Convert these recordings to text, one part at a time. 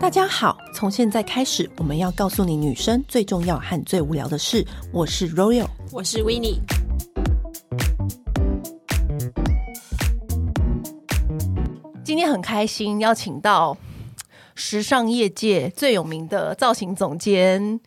大家好，从现在开始，我们要告诉你女生最重要和最无聊的事。我是 Royal，我是 w i n n i e 今天很开心邀请到时尚业界最有名的造型总监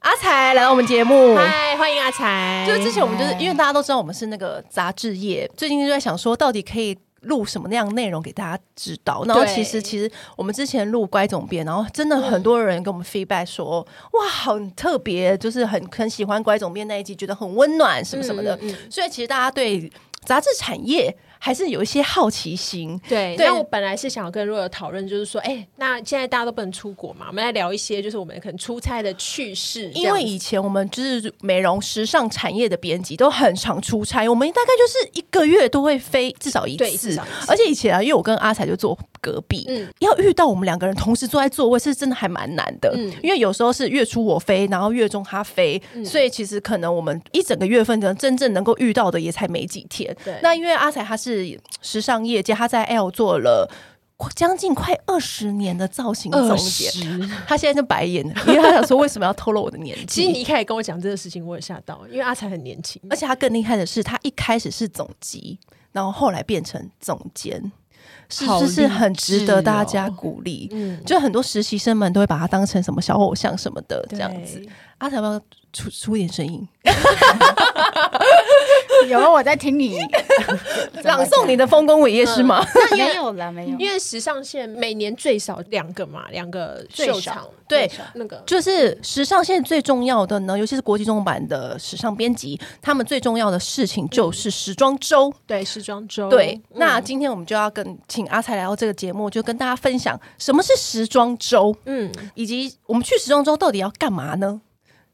阿才来到我们节目。嗨，欢迎阿才。就是之前我们哎就是因为大家都知道我们是那个杂志业，最近就在想说到底可以录什么样内容给大家知道。然后其实其实我们之前录乖总编，然后真的很多人给我们 feedback 说，哇，很特别，就是很很喜欢乖总编那一集，觉得很温暖什么什么嗯的。所以其实大家对杂志产业。还是有一些好奇心，对，对那我本来是想要跟若友讨论，就是说，哎、那现在大家都不能出国嘛，我们来聊一些就是我们可能出差的趣事，因为这样子以前我们就是美容时尚产业的编辑都很常出差，我们大概就是一个月都会飞至少一对次至少一，次而且以前啊，因为我跟阿才就坐隔壁，嗯要遇到我们两个人同时坐在座位是真的还蛮难的，嗯因为有时候是月初我飞，然后月中他飞，所以其实可能我们一整个月份的真正能够遇到的也才没几天对。那因为阿才他是时尚业界，他在 L 做了。将近快二十年的造型总监， 20他现在就白眼了，因为他想说为什么要透露我的年纪？其实你一开始跟我讲这个事情，我有吓到，因为阿才很年轻，而且他更厉害的是，他一开始是总级，然后后来变成总监，是好不是励很值得志大哦家鼓励？嗯，就很多实习生们都会把他当成什么小偶像什么的这样子。阿才要不要出出一点声音，有啊我在 听你朗诵你的丰功伟业嗯是吗？ 没有啦，没有，因为时尚线每年最少两个嘛，两个秀最少场，对那个就是时尚现在最重要的呢，尤其是国际中文版的时尚编辑，他们最重要的事情就是时装周。对时装周，对，嗯那今天我们就要跟请阿才来到这个节目，就跟大家分享什么是时装周。嗯，以及我们去时装周到底要干嘛呢？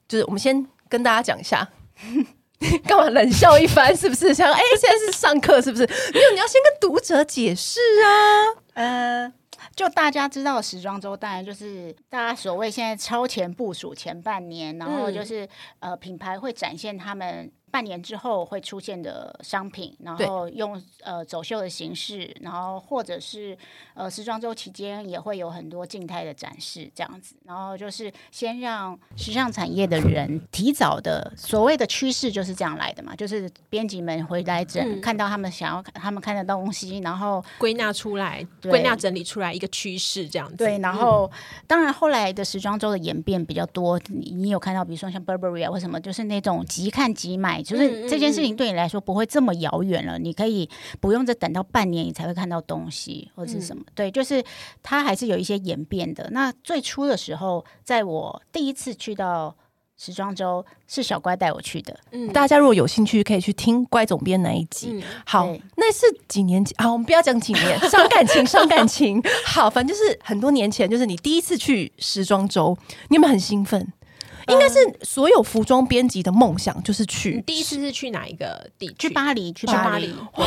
就是我们先跟大家讲一下。 干嘛冷笑一番？是不是想哎、现在是上课是不是？没有，你要先跟读者解释啊。呃，就大家知道的时装周，当然就是大家所谓现在超前部署前半年，然后就是、呃，品牌会展现他们半年之后会出现的商品，然对后用呃走秀的形式，然后或者是呃时装周期间也会有很多静态的展示这样子，然后就是先让时尚产业的人提早的所谓的趋势就是这样来的嘛，就是编辑们回来整、嗯看到他们想要他们看的东西，然后归纳出来，对归纳整理出来一个趋势这样子，嗯对，然后、当然后来的时装周的演变比较多，你你有看到，比如说像 Burberry 啊或什么，就是那种即看即买，就嗯嗯是这件事情对你来说不会这么遥远了，你可以不用再等到半年你才会看到东西或者是嗯什么。对，就是它还是有一些演变的。那最初的时候，在我第一次去到时装周，是小乖带我去的，嗯大家如果有兴趣，可以去听乖总编那一集。嗯好对，那是几年前啊？我们不要讲几年，伤感情，伤感情。好，反正就是很多年前，就是你第一次去时装周，你有没有很兴奋？应该是所有服装编辑的梦想，就是去你第一次是去哪一个地区？去巴黎，去去巴巴黎黎。，哇，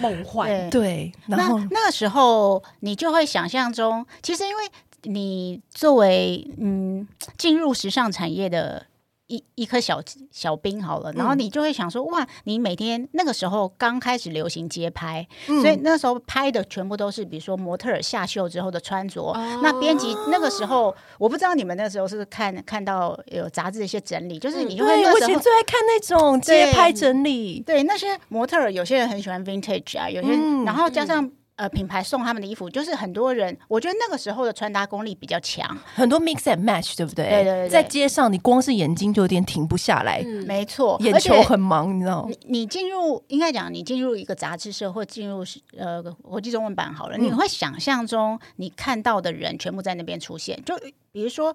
梦幻，嗯对，对，然那后那个时候，你就会想象中，其实因为你作为嗯进入时尚产业的一一颗小小兵好了，然嗯后你就会想说，哇，你每天那个时候刚开始流行街拍，嗯所以那时候拍的全部都是比如说模特儿下秀之后的穿着。那编辑那哦个时候，我不知道你们那时候是不是看看到有杂志的一些整理，就是你就会嗯对我那以时前候。最爱看那种街拍整理，对，那些模特儿有些人很喜欢 vintage 啊，有些、嗯然后加上、呃品牌送他们的衣服，就是很多人，我觉得那个时候的穿搭功力比较强，很多 mix and match，对不对？对对对对嗯在街上，你光是眼睛就有点停不下来，没错，嗯眼而且球很忙，你知道？你你进入应该讲你进入一个杂志社或进入是呃国际中文版嗯好了，你会想象中你看到的人全部在那边出现，就比如说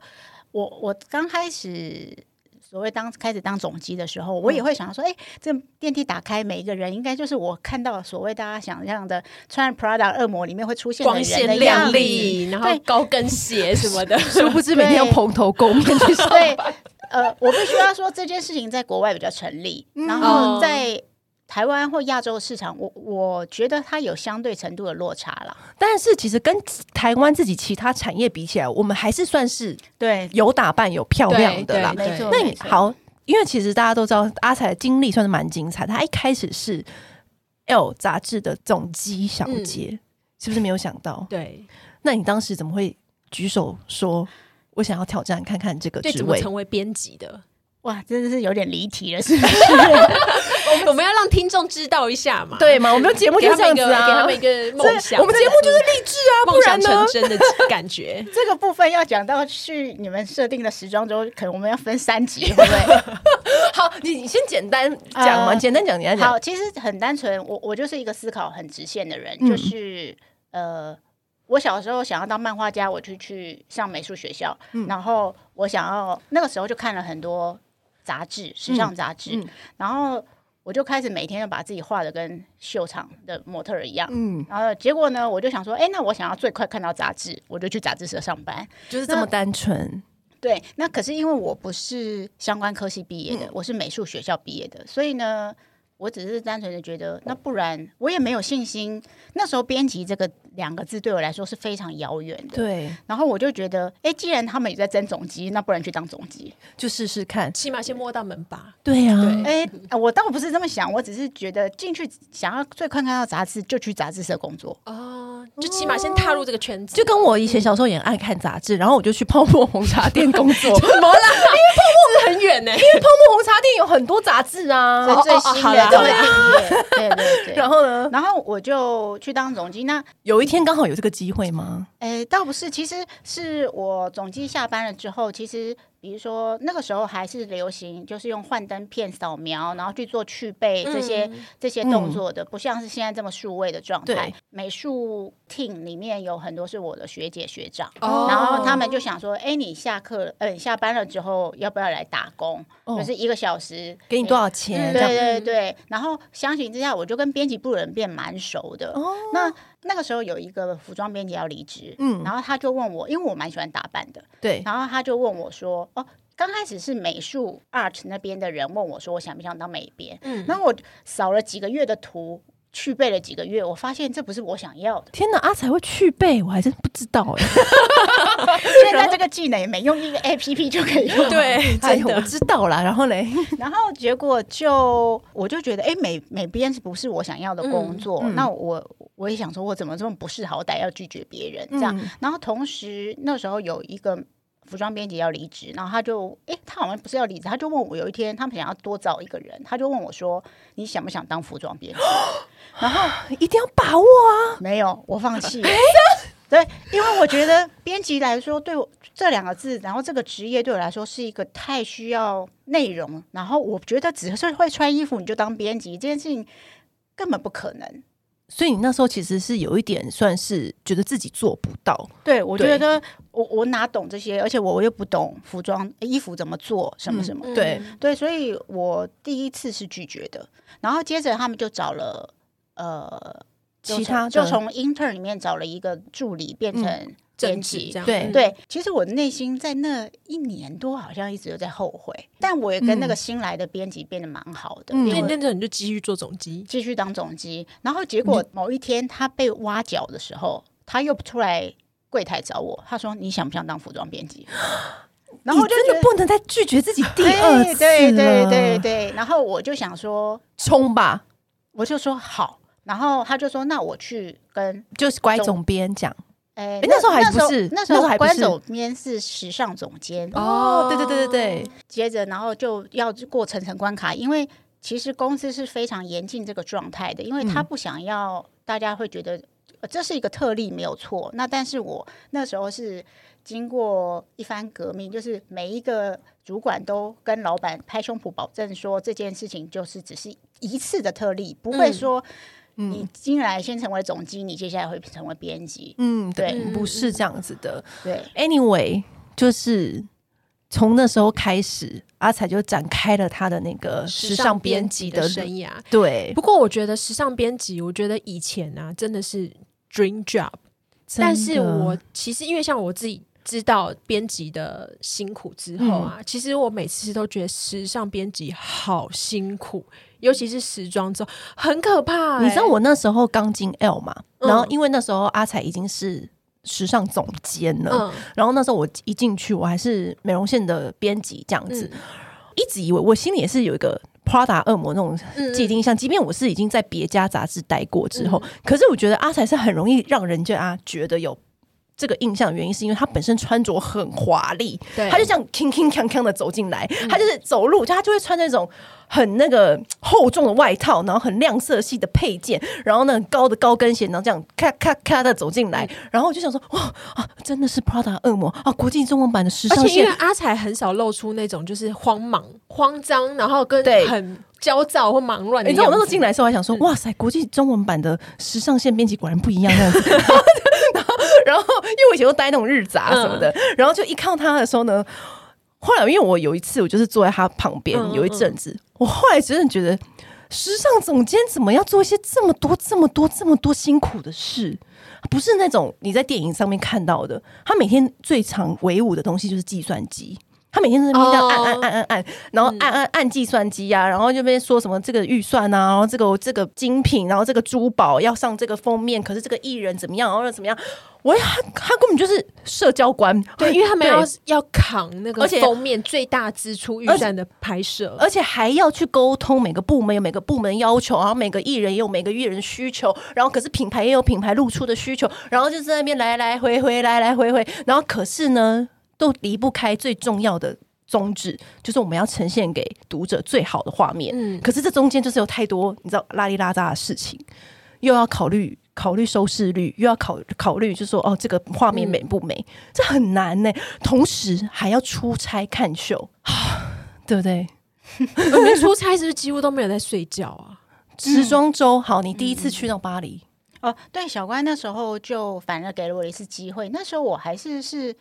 我我刚开始。所谓当开始当总机的时候，嗯我也会想说，哎、这电梯打开，每一个人应该就是我看到所谓大家想象的穿 Prada 恶魔里面会出现的光人鲜的亮样子。丽，然后对高跟鞋什么 的，殊不知每天要蓬头垢面去 上对班，，呃，我必须要说这件事情在国外比较成立，然后在台湾或亚洲市场，我我觉得它有相对程度的落差啦。但是其实跟台湾自己其他产业比起来，我们还是算是对，有打扮、有漂亮的啦。对没错那你好，因为其实大家都知道阿彩的经历算是蛮精彩，她一开始是。 L 杂志的总机小姐，嗯是不是没有想到？对那你当时怎么会举手说，我想要挑战看看这个对，职怎么位？成为编辑的？哇，真的是有点离题了，是不是？。我们要让听众知道一下嘛，，对嘛？我们的节目给就他这们一样子个啊，给他们一 个梦想。我们节目就是励志啊，不梦然想呢成？真的感觉 这个部分要讲到去你们设定的时装周，可能我们要分三 集，会不会？好，你你先简单讲嘛，呃简单讲，简单讲。好，其实很单纯，我我就是一个思考很直线的人，嗯就是呃，我小时候想要当漫画家，我就去上美术学校，嗯然后我想要那个时候就看了很多杂志，时尚杂志，嗯然后我就开始每天把自己画的跟秀场的模特儿一样。嗯，然后结果呢，我就想说，哎，那我想要最快看到杂志，我就去杂志社上班。就是这么单纯。对，那可是因为我不是相关科系毕业嗯的，我是美术学校毕业的，所以呢，我只是单纯的觉得，那不然我也没有信心。那时候“编辑”这个两个字对我来说是非常遥远的，对，然后我就觉得，哎，既然他们也在争总机，那不然去当总机。就试试看。起码先摸到门 把，对呀、对哎、啊我倒不是这么想，我只是觉得进去想要最快看到杂志，就去杂志社工作。哦，就起码先踏入这个圈子，哦就跟我以前小时候也爱看杂志，然后我就去泡沫红茶店工 作。怎么啦？ 因为很 远呢，泡沫红茶店有很多杂志啊，这是最哦哦新好的啦这个定义，对对 对。然后呢，然后我就去当总机，那有一天刚好有这个机会吗？诶，倒不是，其实是我总机下班了之后，其实比如说那个时候还是流行，就是用幻灯片扫描，然后去做去背这些、这些动作的，不像是现在这么数位的状态嗯对。美术 team 里面有很多是我的学姐学长。哦然后他们就想说：“哎，你下课了，呃，你下班了之后要不要来打工？哦就是一个小时，给你多少钱？嗯对这样对对，然后相形之下，我就跟编辑部的人变蛮熟的。那那个时候有一个服装编辑要离职，嗯然后他就问我，因为我蛮喜欢打扮的，对，。然后他就问我说，哦。刚开始是美术 art 那边的人问我说，我想不想当美编？嗯然后我扫了几个月的图，去背了几个月，我发现这不是我想要的 天哪，阿才会去背，我还真不知道 哎、现在这个技能也没用一个 A P P 就可以 用。对，哎真呦，我的知道啦。然后嘞，然后结果就我就觉得，哎，美美编是不是我想要的工作？嗯嗯那我我也想说，我怎么这么不识好歹要拒绝别人这样？嗯然后同时那时候有一个。服装编辑要离职，然后他就，哎，他好像不是要离职，他就问我，有一天他们想要多找一个人，他就问我说，你想不想当服装编辑？一定要把握啊！没有，我放弃了。哎 对，因为我觉得编辑来说，对我这两个字，然后这个职业对我来说是一个太需要内容，然后我觉得只是会穿衣服你就当编辑这件事情根本不可能。所以你那时候其实是有一点算是觉得自己做不到，对，我对觉得我我哪懂这些，而且我又不懂服装衣服怎么做什么什么。嗯对，对，所以我第一次是拒绝的，然后接着他们就找了呃，就其从他的嗯就从 intern 里面找了一个助理变成编正直辑这样，嗯对对，其实我内心在那一年多好像一直有在后悔，但我也跟那个新来的编辑变得蛮好的，嗯因那为那阵你就继续做总机，继续当总机。然后结嗯果某一天他被挖角的时候，他又出来柜台找我，他说：“你想不想当服装编辑？” 然你后我就真觉的得。不能再拒绝自己第对二次了，对对对对，然后我就想说，冲吧！我就说好，然后他就说那我去跟，就是乖总总编讲哎、那时候还不是那那时时候候还不关是总编是时尚总监哦，对对对对对，接着然后就要过层层关卡，因为其实公司是非常严禁这个状态的，因为他不想要大家会觉得。呃这是一个特例，没有错。那但是我那时候是经过一番革命，就是每一个主管都跟老板拍胸脯保证说，这件事情就是只是一次的特例，不会说你进来先成为总机，你接下来会成为编辑。嗯，对，对不是这样子的。对， Anyway，就是从那时候开始，阿才就展开了他的那个时尚编辑的的生路。涯。对，不过我觉得时尚编辑，我觉得以前啊真的是 dream job，但是真的我其实因为像我自己知道编辑的辛苦之后啊，嗯其实我每次都觉得时尚编辑好辛苦，尤其是时装周很可怕欸、你知道我那时候刚进 L 嘛，嗯然后因为那时候阿才已经是时尚总监了，嗯然后那时候我一进去，我还是美容线的编辑这样子，嗯一直以为我心里也是有一个 Prada 恶魔那种既定印象，即便我是已经在别家杂志待过之后，可是我觉得阿才是很容易让人家啊觉得有。这个印象的原因是因为他本身穿着很华丽，对他就这样铿铿锵锵的走进来，他就是走路，就他就会穿那种很那个厚重的外套，然后很亮色系的配件，然后呢很高的高跟鞋，然后这样咔咔咔的走进嗯来，然后我就想说哇啊，真的是 Prada 恶魔啊，国际中文版的时而尚且因为线。阿才很少露出那种就是慌忙、慌张，然后跟对很焦躁或忙乱的欸嗯你样知道我子。那时候进来的时候，我还想说，哇塞，国际中文版的时尚线编辑果然不一 样那样子。然后，然后，因为我以前都待那种日杂什么嗯的，然后就一看到他的时候呢，后来因为我有一次我就是坐在他旁边嗯嗯有一阵子，我后来真的觉得，时尚总监怎么要做一些这么多、这么多、这么多辛苦的事？不是那种你在电影上面看到的，他每天最常为伍的东西就是计算机。他每天在那边这样按按按按按，然后按按按计算机啊，然后就边说什么这个预算啊，然后这个这个精品，然后这个珠宝要上这个封面，可是这个艺人怎么样，然后怎么样？我他他根本就是社交官，对，因为他们要对要扛那个而且封面最大支出预算的拍摄，而且还要去沟通每个部门有每个部门要求，然后每个艺人也有每个艺人需求，然后可是品牌也有品牌露出的需求，然后就在那边来来回回，来来回回，然后可是呢，都离不开最重要的宗旨，就是我们要呈现给读者最好的画面。嗯，可是这中间就是有太多你知道拉里拉杂的事情，又要考虑考虑收视率，又要考考虑就是说哦这个画面美不美，这很难呢、同时还要出差看秀， 对不对？你呃们出差是不是几乎都没有在睡觉啊？时装周，好，你第一次去到巴黎，哦，对，小关那时候就反而给了我一次机会。那时候我还是是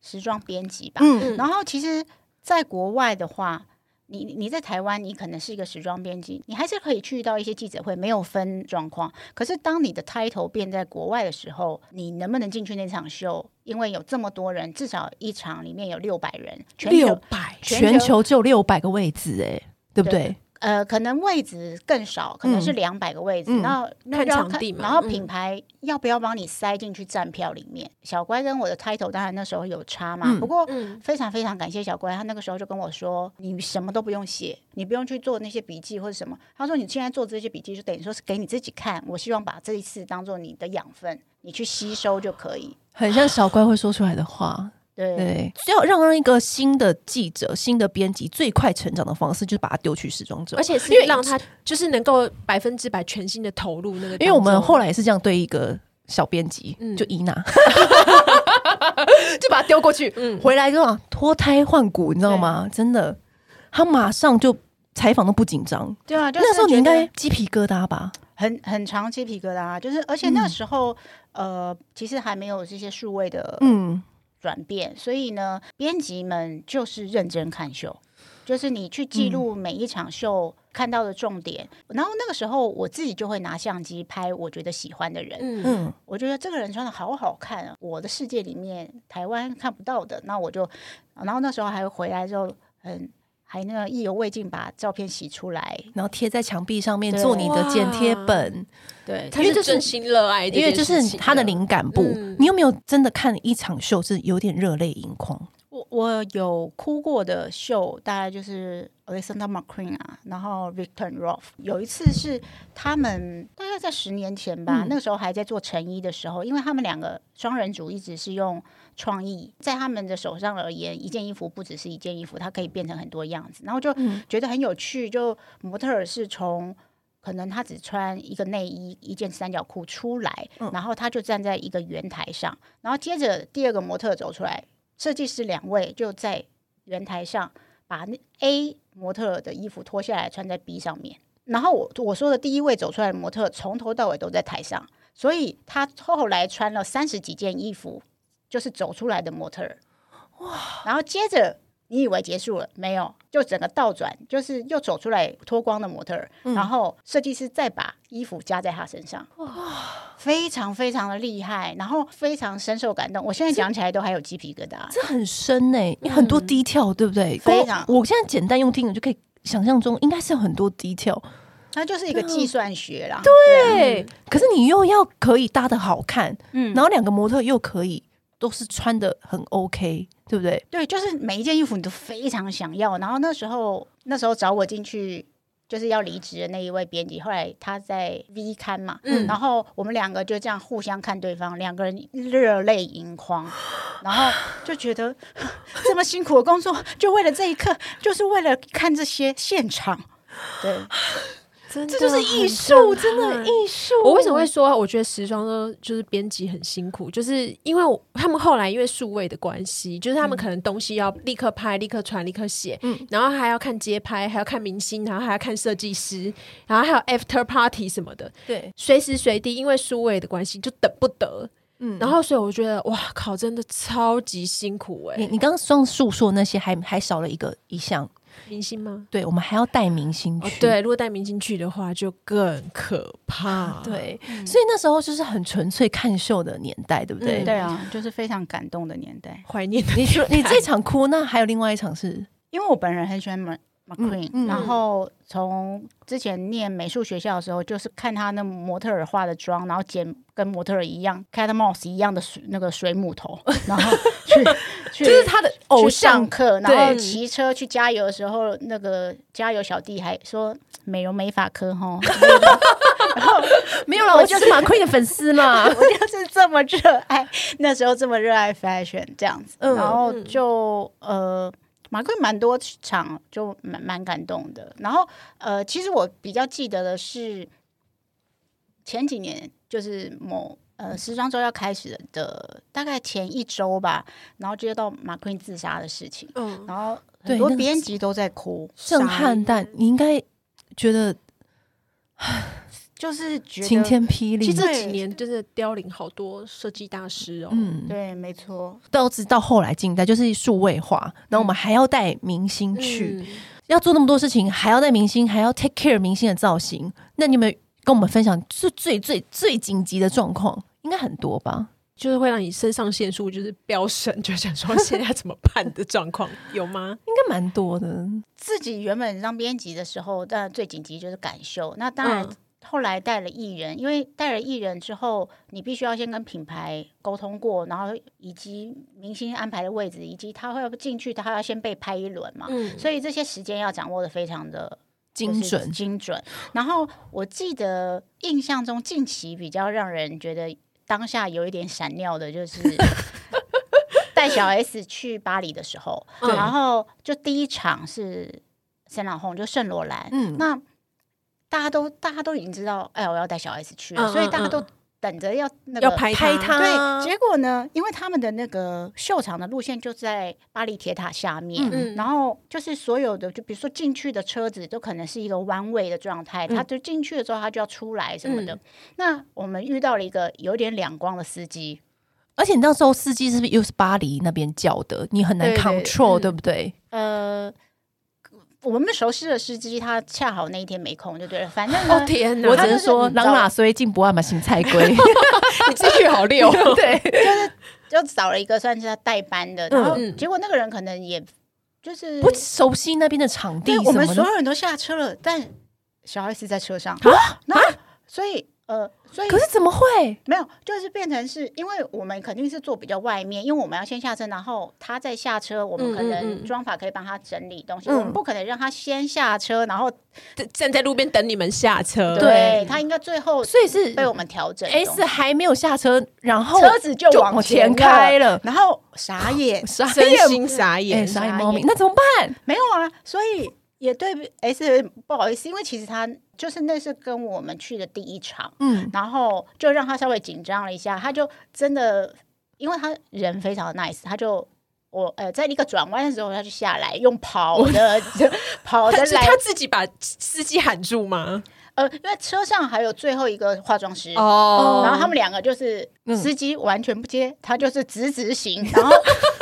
时装编辑吧，嗯然后其实，在国外的话，你你在台湾，你可能是一个时装编辑，你还是可以去到一些记者会，没有分状况。可是当你的 title 变在国外的时候，你能不能进去那场秀？因为有这么多人，至少一场里面有六百人，全球六百，全全球球就六百个位置、哎，对不对对？呃，可能位置更少，可能是嗯两百个位置。嗯那那看让场地嘛然后嗯品牌要不要帮你塞进去站票里面？小乖跟我的 title 当然那时候有差嘛，嗯不过。嗯，非常非常感谢小乖，他那个时候就跟我说：“你什么都不用写，你不用去做那些笔记或者什么。”他说：“你现在做这些笔记，就等于说是给你自己看。我希望把这一次当做你的养分，你去吸收就可以。很像小乖会说出来的话，对”对，只要让一个新的记者、新的编辑最快成长的方式，就是把他丢去时装周而。且是因为让他就是能够百分之百全心的投入那个当中，因为我们后来也是这样对一个小编辑，嗯就伊娜，就把他丢过去，嗯回来就啊脱胎换骨，你知道吗？真的，他马上就采访都不紧张。对啊，就那时候是你觉应得该鸡皮疙瘩吧？很很长鸡皮疙瘩啊，就是而且嗯那时候、呃，其实还没有这些数位的嗯，转变，所以呢，编辑们就是认真看秀，就是你去记录每一场秀看到的重点。然后那个时候，我自己就会拿相机拍我觉得喜欢的人，嗯嗯嗯，我觉得这个人穿的好好看啊，我的世界里面台湾看不到的，那我就，然后那时候还回来之后，嗯，还那个意犹未尽把照片洗出来，然后贴在墙壁上面对做你的剪贴本，对他因为是就是真心热爱这因为件就事情是的，他的灵感部。嗯你有没有真的看一场秀是有点热泪盈眶？我我有哭过的秀，大概就是 Alexander McQueen 啊，然后 Victor Rolf。有一次是他们大概在十年前吧，嗯那个时候还在做成衣的时候，因为他们两个双人组一直是用创意，在他们的手上而言，一件衣服不只是一件衣服，它可以变成很多样子。然后就嗯觉得很有趣，就模特儿是从。可能他只穿一个内衣、一件三角裤出来，嗯然后他就站在一个圆台上，然后接着第二个模特儿走出来，设计师两位就在圆台上把那 A 模特儿的衣服脱下来穿在 B 上面。然后我我说的第一位走出来的模特儿从头到尾都在台上，所以他后来穿了三十几件衣服，就是走出来的模特儿。哇！然后接着你以为结束了，没有，就整个倒转，就是又走出来脱光的模特儿，然后设计师再把衣服加在他身上。嗯哇！非常非常的厉害，然后非常深受感动。我现在讲起来都还有鸡皮疙瘩。这很深呢、你很多低跳，对不对？非光常我现在简单用听的就可以想象中应该是有很多低跳，它就是一个计算学啦。对，对。嗯嗯可是你又要可以搭的好看，嗯然后两个模特又可以都是穿的很 OK，对不对？对，就是每一件衣服你都非常想要。然后那时候，那时候找我进去就是要离职的那一位编辑，后来他在 V 刊嘛，嗯然后我们两个就这样互相看对方，两个人热泪盈眶，然后就觉得 这么辛苦的工作，就为了这一刻，就是为了看这些现场，对，真这就是艺术，真的艺术。 我为什么会说，我觉得时装都就是编辑很辛苦，就是因为我他们后来因为数位的关系，就是嗯他们可能东西要立刻拍、立刻传、立刻写，然后还要看街拍，还要看明星，然后还要看设计师，然后还有 after party 什么的，对？随时随地因为数位的关系就等不得。嗯然后所以我觉得，哇靠，真的超级辛苦哎、你你刚刚上述说那些还还少了一个一项，明星吗？对我们还要带明星哦去，，对，如果带明星去的话，就更可怕。，对，嗯所以那时候就是很纯粹看秀的年代，对不对？嗯对啊，就是非常感动的年代。怀念的你说你年代这场哭，那还有另外一场是因为我本人很喜欢 Ma- McQueen，、嗯嗯然后从之前念美术学校的时候，就是看他那模特儿化的妆，然后剪跟模特儿一样，Cat Moss 一样的水那个水母头，然后 去去就是他的偶去上像，对课，然后骑车去加油的时候，那个加油小弟还说美容美发科哈， 没有啦，我我就就是马奎的粉丝嘛 我。就是这么热爱， 那时候这么热爱 fashion 这样子，嗯然后就呃。马克蛮多场就蛮蛮感动的，然后呃，其实我比较记得的是前几年，就是某呃时装周要开始的大概前一周吧，然后接到马奎自杀的事情，嗯，然后对很多那个编辑都在哭，震撼弹，你应该觉得就是觉得晴天霹雳。其实这对几年真的凋零好多设计大师哦。嗯，对，没错，到直到后来近代就是数位化，然后我嗯们还要带明星去，去要做那么多事情，还要带明星，还要 take care 明星的造型。那你们跟我们分享最最最最紧急的状况，应该很多吧？就是会让你肾上腺素就是飙升，就想说现在怎么办的状况有吗？应该蛮多的。自己原本当编辑的时候，当然最紧急就是赶秀。那当然嗯，后来带了艺人，因为带了艺人之后，你必须要先跟品牌沟通过，然后以及明星安排的位置，以及他会不进去，他要先被拍一轮嘛。嗯，所以这些时间要掌握的非常的精就是准，精准。然后我记得印象中近期比较让人觉得当下有一点闪尿的，就是 带小 S 去巴黎的时候，对然后就第一场是森朗红，就圣罗兰，嗯，那大家都大家都已经知道，哎，我要带小 S 去了，嗯所以大嗯家嗯都等着要那个要拍拍他，嗯他啊对，结果呢，因为他们的那个秀场的路线就在巴黎铁塔下面，嗯然后就是所有的，就比如说进去的车子都可能是一个弯位的状态，他就进去了之后，他就要出来什么的。嗯那我们遇到了一个有点两光的司机，而且你那时候司机是不是又是巴黎那边叫的？你很难对对 control，嗯对不对？呃。我们熟识的司机，他恰好那一天没空，就对了。反正呢，哦天哪，我他只就是是说，你知道朗朗虽进不爱嘛，行菜龟。 你这句好溜， 哦对，就找了一个算是他代班的，然后嗯嗯结果那个人可能也就是不熟悉那边的场地对，我什们么所的。有人都下车了，但小 S 在车上那所以呃，所以可是怎么会？没有，就是变成是因为我们肯定是坐比较外面，因为我们要先下车，然后他再下车，我们可嗯嗯能嗯妆法可以帮他整理东西，嗯我们不可能让他先下车，然后 站在路边等你们下车，对他应该最后所以是被我们调整的 S 还没有下车，然后车子就哦就往往前前开开了，哦然后傻眼，傻真眼，心傻哎，眼，傻眼傻猫咪，眼那怎么办？ 没有啊，所以也对 S 有点不好意思，因为其实他就是那是跟我们去的第一场，嗯，然后就让他稍微紧张了一下，他就真的，因为他人非常 nice，他就。我呃，在一个转弯的时候，他就下来用跑的 跑的但是来他，自己把司机喊住吗？呃，因为车上还有最后一个化妆师，哦然后他们两个就是嗯司机完全不接，他就是直直行，然后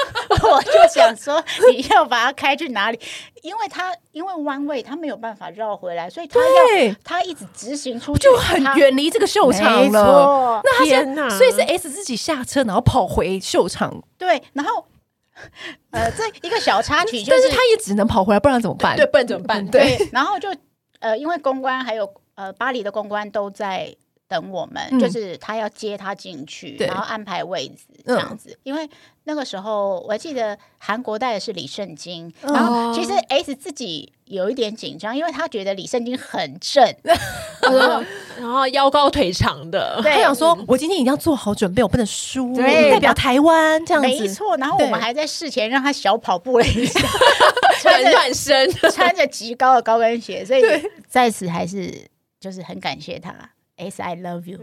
我就想说你要把它开去哪里？因为他因为弯位他没有办法绕回来，所以他要对，他一直直行出去，就很他，远离这个秀场没了。错，那他天现哪在，所以是 S 自己下车，然后跑回秀场，对，然后呃，这一个小插曲就但是他也只能跑回来，不然怎么办？对，不然怎么办？对然后就呃，因为公关还有呃巴黎的公关都在。等我们，嗯就是他要接他进去，对嗯然后安排位置这样子。因为那个时候我还记得韩国带的是李圣经，然后其实哦 S 自己有一点紧张，因为他觉得李圣经 很正，嗯然后腰高腿长的，他对嗯想。说，我今天一定要做好准备，我不能输，我对代表台湾这样没子。错，然后我对们还在事前让他小跑步 了一下，穿很着暖身， 穿着极高的高跟鞋，所以在此还是就是很感谢他。S I love you，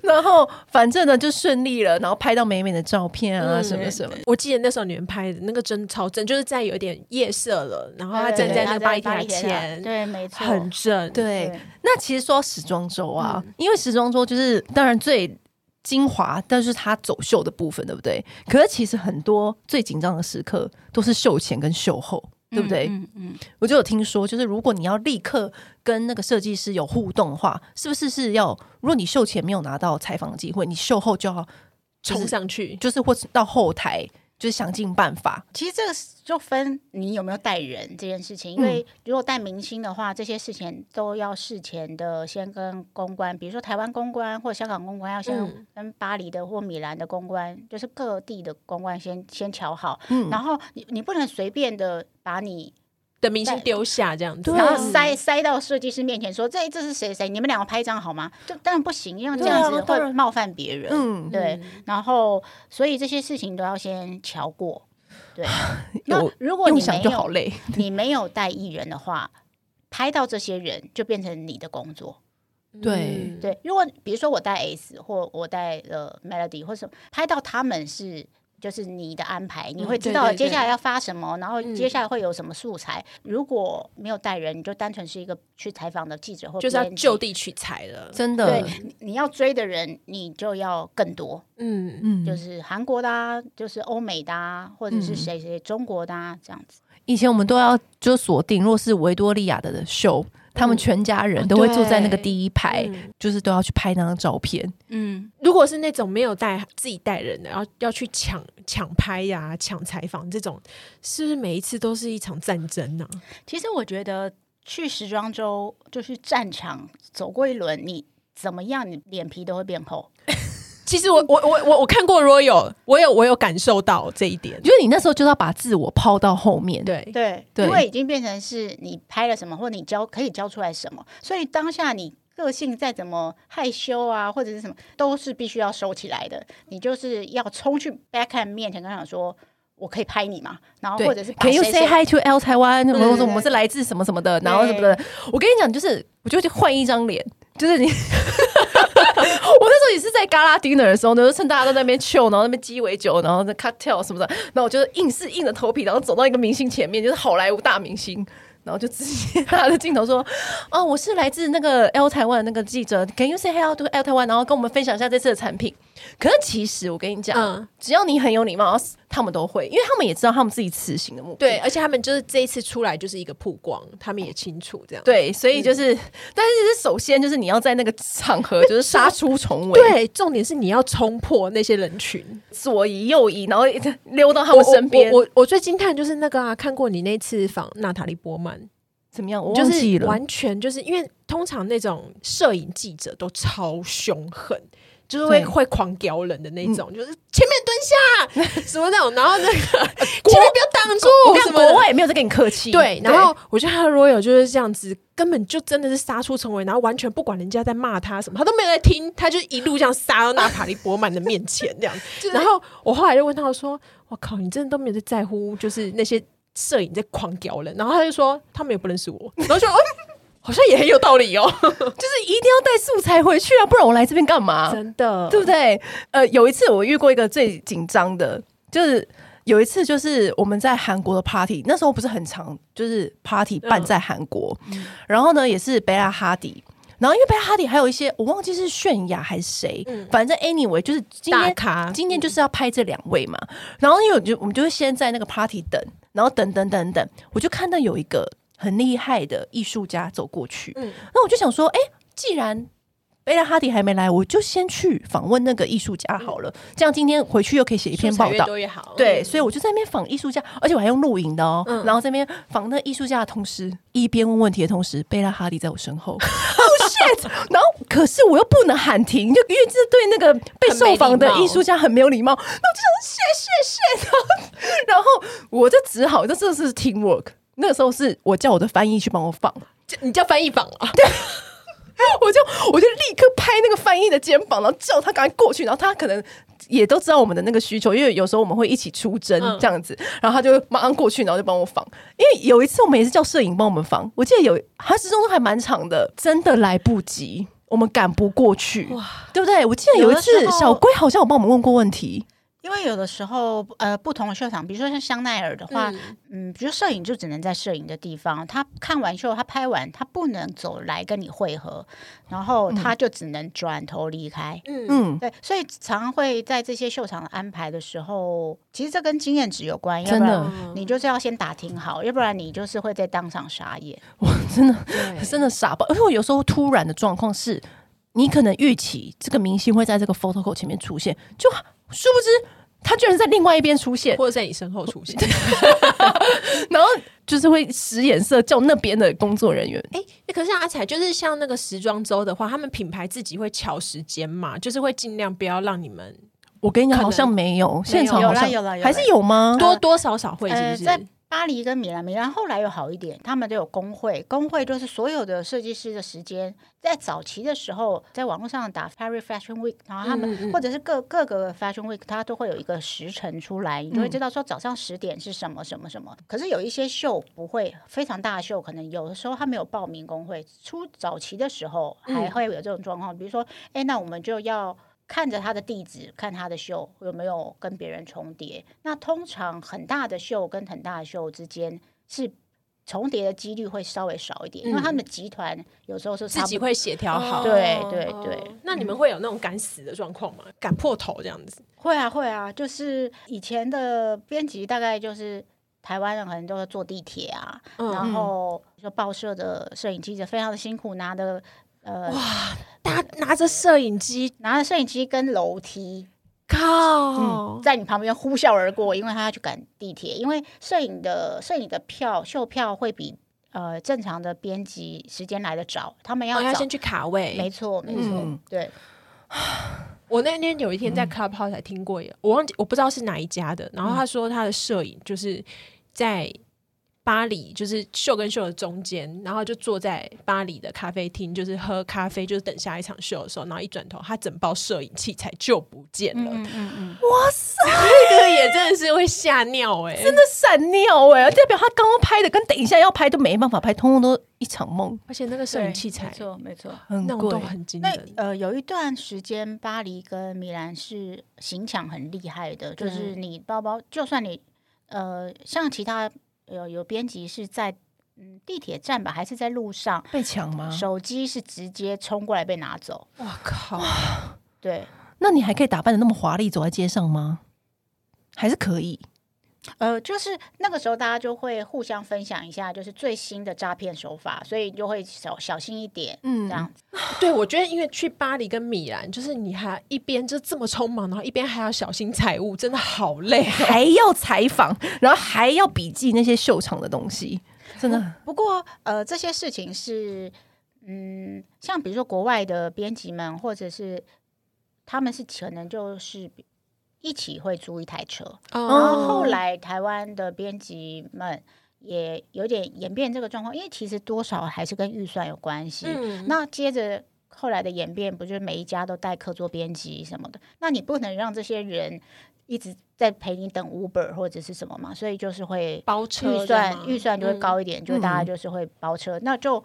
然后反正呢就顺利了，然后拍到美美的照片啊，嗯什么什么的。我记得那时候你们拍的那个真超正，就是在有点夜色了，然后他对站在那个他巴黎巴铁黎塔铁塔前，对，没错，很正。对对，嗯那其实说到时装周啊，因为时装周就是当然最精华，但是它走秀的部分，对不对？可是其实很多最紧张的时刻都是秀前跟秀后，对不对？嗯嗯，嗯我就有听说，就是如果你要立刻跟那个设计师有互动的话，是不是是要如果你秀前没有拿到采访的机会，你秀后就要冲上去，就是或是到后台就是想尽办法，其实这个是就分你有没有带人这件事情，因为嗯如果带明星的话，这些事情都要事前的先跟公关，比如说台湾公关或香港公关，要嗯先跟巴黎的或米兰的公关，就是各地的公关先先瞧好，嗯，然后你你不能随便的把你等明星丢下这样子，对然啊后塞塞到设计师面前说：“这这是谁谁？你们两个拍一张好吗？”就当然不行，因为这对啊样子当会然冒犯别人。嗯对。然后，所以这些事情都要先瞧过。 对，那有如果用你想没就好有累， 你没有带艺人的话，拍到这些人就变成你的工作。嗯对对，如果比如说我带 S 或我带呃 Melody 或什么，拍到他们是就是你的安排，你会知嗯对道对接下来要发什么，然后嗯接下来会有什么素材。如果没有带人，你就单纯是一个去采访的记者或就是要编辑就。地取材了。真的对，，你你要追的人，你就要更多，嗯，嗯就是韩国的、啊，就是欧美的、啊，或者嗯是谁谁中国的、啊、这样子。以前我们都要就锁定，若是维多利亚的的秀，他嗯们全家哦人都会坐在那个第一排，嗯就是都要去拍那张照片。嗯，如果是那种没有带自己带人的，然后要去抢抢拍呀、抢采访这种，是不是每一次都是一场战争呢、其实我觉得去时装周就是战场走过一轮，你怎么样，你脸皮都会变厚。其实我我我我我看过 Royal，我有我有感受到这一点因。为你那时候就是要把自我抛到后面，对，对，对因为已经变成是你拍了什么，或你教可以教出来什么，所以当下你个性再怎么害羞啊，或者是什么，都是必须要收起来的。你就是要冲去 backhand 面前跟他讲说。我可以拍你吗？然后对，或者是把 Can you 谁 say 谁 hi to L 台湾？我对们对我们是来自什么什么的，然后什么对的。我跟你讲，就是我就去换一张脸，就是你。我 那时候也是在嘎啦 dinner 的时候呢，就趁大家都在那边 chill，然后那边鸡尾酒，然后在 cocktail 什么的，然后我就硬是硬着头皮，然后走到一个明星前面，就是好莱坞大明星，然后就直接拿着镜头说：“哦，我是来自那个 L 台湾的那个记者，Can you say hello to L 台湾？然后跟我们分享一下这次的产品。”可是其实我跟你讲，嗯，只要你很有礼貌，他们都会，因为他们也知道他们自己此行的目的。对，而且他们就是这一次出来就是一个曝光，他们也清楚这样。对，所以就是，但是首先就是你要在那个场合就是杀出重围，，对，重点是你要冲破那些人群。左移右移，然后一直溜到他们身边。我我我最惊叹就是那个啊，看过你那次访娜塔莉波曼，怎么样？我就忘记是了。完全就是因为通常那种摄影记者都超凶狠。就是会对嗯会狂屌人的那种，就是前面蹲下什么那种，然后那个 前面不要挡住，我什看么的国外也没有在跟你客气，对，然后我觉得他的 Royal 就是这样子，根本就真的是杀出重围，然后完全不管人家在骂他什么，他都没有在听，他就一路这样杀到纳塔利伯曼的面前 这样。然后我后来就问他说：“我靠，你真的都没有在在乎，就是那些摄影在狂屌人？”然后他就说：“他们也不认识我。”然后 就、哦、好像也很有道理哦，就是一定要带素材回去啊，不然我来这边干嘛？真的对不对？呃，有一次我遇过一个最紧张的，就是有一次就是我们在韩国的 party，那时候不是很长，就是 party 办在韩国，然后呢也是贝拉哈迪。然后因为贝拉哈迪还有一些我忘记是泫雅还是谁，反正 anyway 就是今大天咖今天就是要拍这两位嘛。然后因为我就我们就会先在那个 party 等，然后等等等等，我就看到有一个很厉害的艺术家走过去，嗯那我就想说，哎、既然贝拉哈迪还没来，我就先去访问那个艺术家好了，这样今天回去又可以写一篇素材报越道。多越好。对，嗯所以我就在那边访艺术家，而且我还用录影的哦、嗯然后在那边访那艺术家的同时，一边问问题的同时，贝拉哈迪在我身后。哦，shit！ 然后可是我又不能喊停，就因为这对那个被受访的艺术家很没有礼貌。那我就想说谢谢谢，然后然后我就只好，这真的是 team work。那个时候是我叫我的翻译去帮我放，这你叫翻译榜啊？我就我就立刻拍那个翻译的肩膀，然后叫他赶快过去，然后他可能也都知道我们的那个需求，因为有时候我们会一起出征嗯这样子，然后他就马上过去，然后就帮我仿。因为有一次我们也是叫摄影帮我们仿，我记得有他时钟还蛮长的，真的来不及。我们赶不过去，对不对？我记得有一次有的时候小龟好像有帮我们问过问题，因为有的时候，呃，不同的秀场，比如说像香奈儿的话，嗯比如说摄影就只能在摄影的地方，他看完秀，他拍完，他不能走来跟你会合，然后他就只能转头离开。嗯，嗯， 对，所以常常会在这些秀场的安排的时候，其实这跟经验值有关，要真不的然，你就是要先打听好，要不然你就是会在当场傻眼。 对真的傻爆。因为我有时候突然的状况是，你可能预期这个明星会在这个 photo call 前面出现，就殊不知他居然在另外一边出现，或者在你身后出现。然后就是会使眼色叫那边的工作人员。哎、可是像阿彩，就是像那个时装周的话，他们品牌自己会调时间嘛，就是会尽量不要让你们我跟你讲，可能好像没有，现场有好啦像有啦有啦还是有吗？多多少少会，嗯呃，是不在是？巴黎跟米兰，米兰后来又好一点，他们都有工会，工会就是所有的设计师的时间，在早期的时候，在网络上打 Paris Fashion Week，然后他们、嗯嗯嗯或者是各各个 Fashion Week，它都会有一个时辰出来，你就嗯会知道说早上十点是什么什么什么。可是有一些秀不会非常大的秀，可能有的时候他没有报名工会，初早期的时候嗯还会有这种状况，比如说，哎，那我们就要看着他的地址，看他的秀有没有跟别人重叠。那通常很大的秀跟很大的秀之间是重叠的几率会稍微少一点，因为他们的集团有时候是嗯自差不己多会协哦调好。哦对对对嗯那你们会有那种敢死的状况吗？敢破头这样子？会啊会啊，就是以前的编辑大概就是。台湾人可能都是坐地铁啊，嗯然后就报社的摄影记者非常的辛苦，拿着呃大家拿着摄影机，拿着摄影机跟楼梯，靠！在你旁边呼啸而过，因为他要去赶地铁。因为摄影的摄影的票秀票会比呃正常的编辑时间来的早，他们我哦要要早。先去卡位，没错，没错，嗯对，我那天有一天在 Clubhouse 才听过一个，我忘记我不知道是哪一家的。然后他说他的摄影就是在巴黎，就是秀跟秀的中间，然后就坐在巴黎的咖啡厅，就是喝咖啡，就是等下一场秀的时候，然后一转头，他整包摄影器材就不见了。嗯嗯嗯，这个也 真的是会吓尿哎、真的闪尿哎、代表他刚刚拍的跟等一下要拍都没办法拍，通通都一场梦，而且那个摄影器材没错，没错。很那种贵都。很惊那人。呃，有一段时间，巴黎跟米兰是行抢很厉害的，就是你包包，就算你呃，像其他呃有有编辑是在嗯地铁站吧，还是在路上，被抢吗？手机是直接冲过来被拿走，我靠！对，那你还可以打扮的那么华丽走在街上吗？还是可以？呃，就是那个时候大家就会互相分享一下，就是最新的诈骗手法，所以就会小小心一点，嗯这样子。对，我觉得因为去巴黎跟米兰，就是你还一边就这么匆忙，然后一边还要小心财务，真的好累。 还要采访，然后还要笔记那些秀场的东西，真的不过，呃，这些事情是，嗯，像比如说国外的编辑们，或者是他们是可能就是一起会租一台车，然哦后后来台湾的编辑们也有点演变这个状况，因为其实多少还是跟预算有关哦系。嗯那接着后来的演变，不就是每一家都代课做编辑什么的？那你不能让这些人一直在陪你等 Uber 或者是什么嘛，所以就是会包车预这样算吗预算就会高一点，就大家嗯就是会包车，那就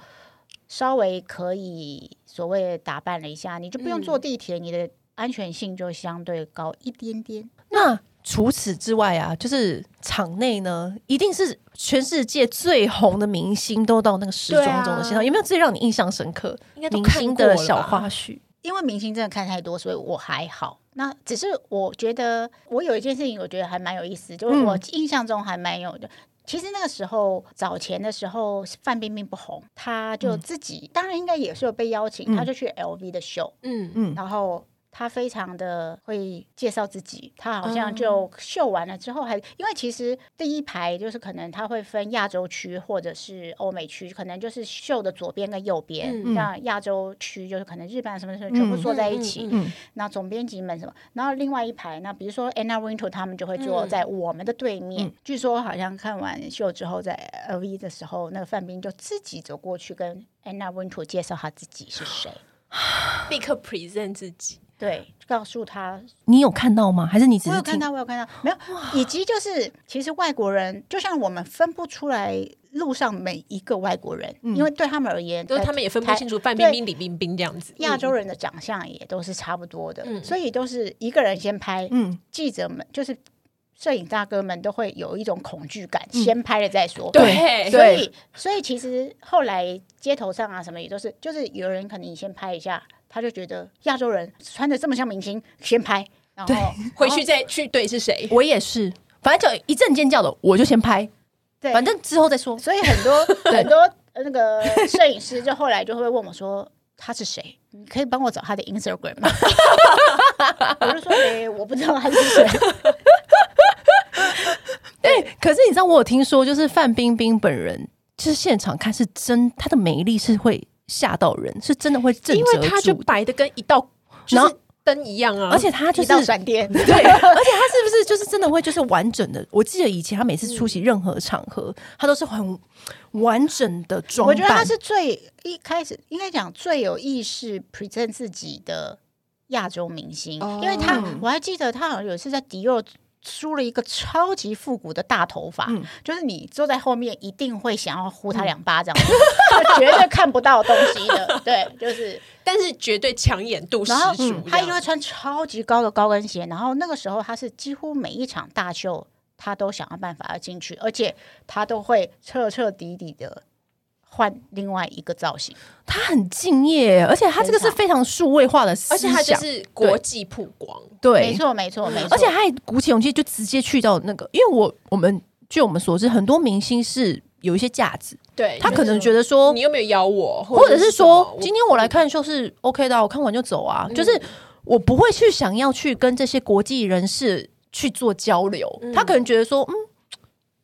稍微可以所谓的打扮了一下，你就不用坐嗯地铁，你的安全性就相对高一点点。那除此之外啊，就是场内呢，一定是全世界最红的明星都到那个时装周的现对啊场，有没有最让你印象深刻？应该都明看星过了的吧小花絮，因为明星真的看太多，所以我还好。那只是我觉得，我有一件事情，我觉得还蛮有意思，就是我印象中还蛮有的。其实那个时候，早前的时候，范冰冰不红，她就自己、当然应该也是有被邀请，嗯她就去 LV 的秀，嗯嗯，然后他非常的会介绍自己，他好哦像就秀完了之后还，因为其实第一排就是可能他会分亚洲区或者是欧美区，可能就是秀的左边跟右边，嗯像亚洲区就是可能日本啊什么什么全部坐在一起，嗯嗯嗯那总编辑们什么，然后另外一排，那比如说 Anna Wintour 他们就会坐嗯在我们的对面。据说好像看完秀之后，在 LV 的时候，那个范冰就自己走过去跟 Anna Wintour 介绍他自己 是谁，立刻 present 自己，对，告诉他你有看到吗？还是你只我是有看听？到，我有看到，没有，以及就是其实外国人就像我们分不出来路上每一个外国人，因为对他们而言，嗯就是在他们也分不台清楚范冰冰、李冰冰这样子。亚洲嗯人的长相也都是差不多的，嗯所以都是一个人先拍，嗯记者们就是摄影大哥们都会有一种恐惧感，先拍了再说。嗯对所对以所以其实后来街头上啊什么也都是，就是有人可能你先拍一下，他就觉得亚洲人穿的这么像明星，先拍，然后对 回去再去对是谁？我也是，反正就一阵尖叫的，我就先拍，对，反正之后再说。所以很 多很多呃那个摄影师就后来就会问我说。他是谁？你可以帮我找他的 Instagram 吗？ 我就说，诶，我不知道他是谁。对，哎可是你知道，我有听说，就是范冰冰本人，就是现场看是真，她的美丽是会吓到人，是真的会震因为慑他就住的。白的跟一道就然是后灯一样啊，而且 她就一是道闪电， 对，而且她是不是就是真的会就是完整的？我记得以前她每次出席任何场合，她都是很完整的装扮。我觉得他是最一开始应该讲最有意识 present 自己的亚洲明星，哦因为他我还记得他好像有一次在迪奥梳了一个超级复古的大头发，嗯就是你坐在后面一定会想要呼他两巴掌，绝对看不到东西的，对，就是。但是绝对抢眼度十然后足。嗯他因为穿超级高的高跟鞋，然后那个时候他是几乎每一场大秀他都想要办法要进去，而且他都会彻彻底底的换另外一个造型。她很敬业，而且她这个是非常数位化的思而且想，他就是国际曝光，对没，错，没错，没错。而且他也鼓起勇气就直接去到那个，因为我我们据我们所知，很多明星是有一些架子，对他可能觉得得说你，有没有邀我，或者是什说么今天我来看秀是 OK 的啊，我看完就走啊，就是我不会去想要去跟这些国际人士去做交流，嗯他可能觉得说，嗯，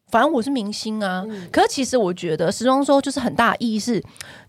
反正我是明星啊。嗯可是其实我觉得时装周就是很大的意义是，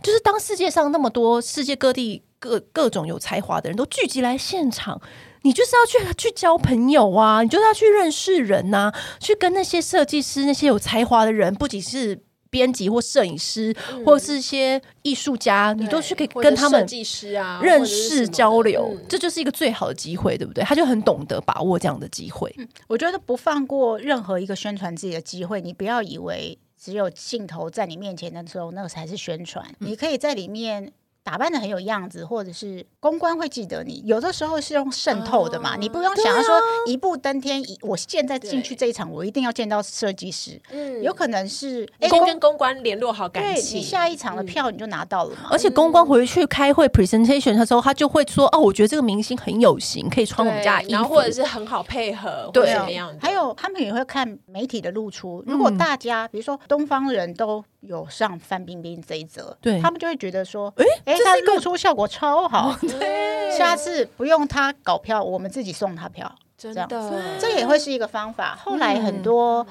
就是当世界上那么多世界各地各各种有才华的人都聚集来现场，你就是要去去交朋友啊，你就是要去认识人呐、去跟那些设计师、那些有才华的人，不仅是编辑或摄影师，或是一些艺术家，你都去可以嗯或者跟他们设计师啊认识交流，或者是什么的嗯这就是一个最好的机会，对不对？他就很懂得把握这样的机会。嗯我觉得不放过任何一个宣传自己的机会，你不要以为只有镜头在你面前的时候，那个才是宣传。嗯你可以在里面。打扮的很有样子，或者是公关会记得你。有的时候是用渗透的嘛，哦你不用想要说一步登天。一我现在进去这一场，我一定要见到设计师。嗯有可能是你哎，先公跟公关联络好感对情，你下一场的票你就拿到了嘛。而且公关回去开会 presentation 的时候，他就会说：“哦，我觉得这个明星很有型，可以穿我们家的对衣然服。”后或者是很好配合，对嗯或者啊怎么样的，还有他们也会看媒体的露出。如果大家、比如说东方人都有上范冰冰这一则，对他们就会觉得说，诶哎、这他是一个哦露出效果超好，对下次不用他搞票，我们自己送他啊票，真这样的这也会是一个方法。后来很嗯多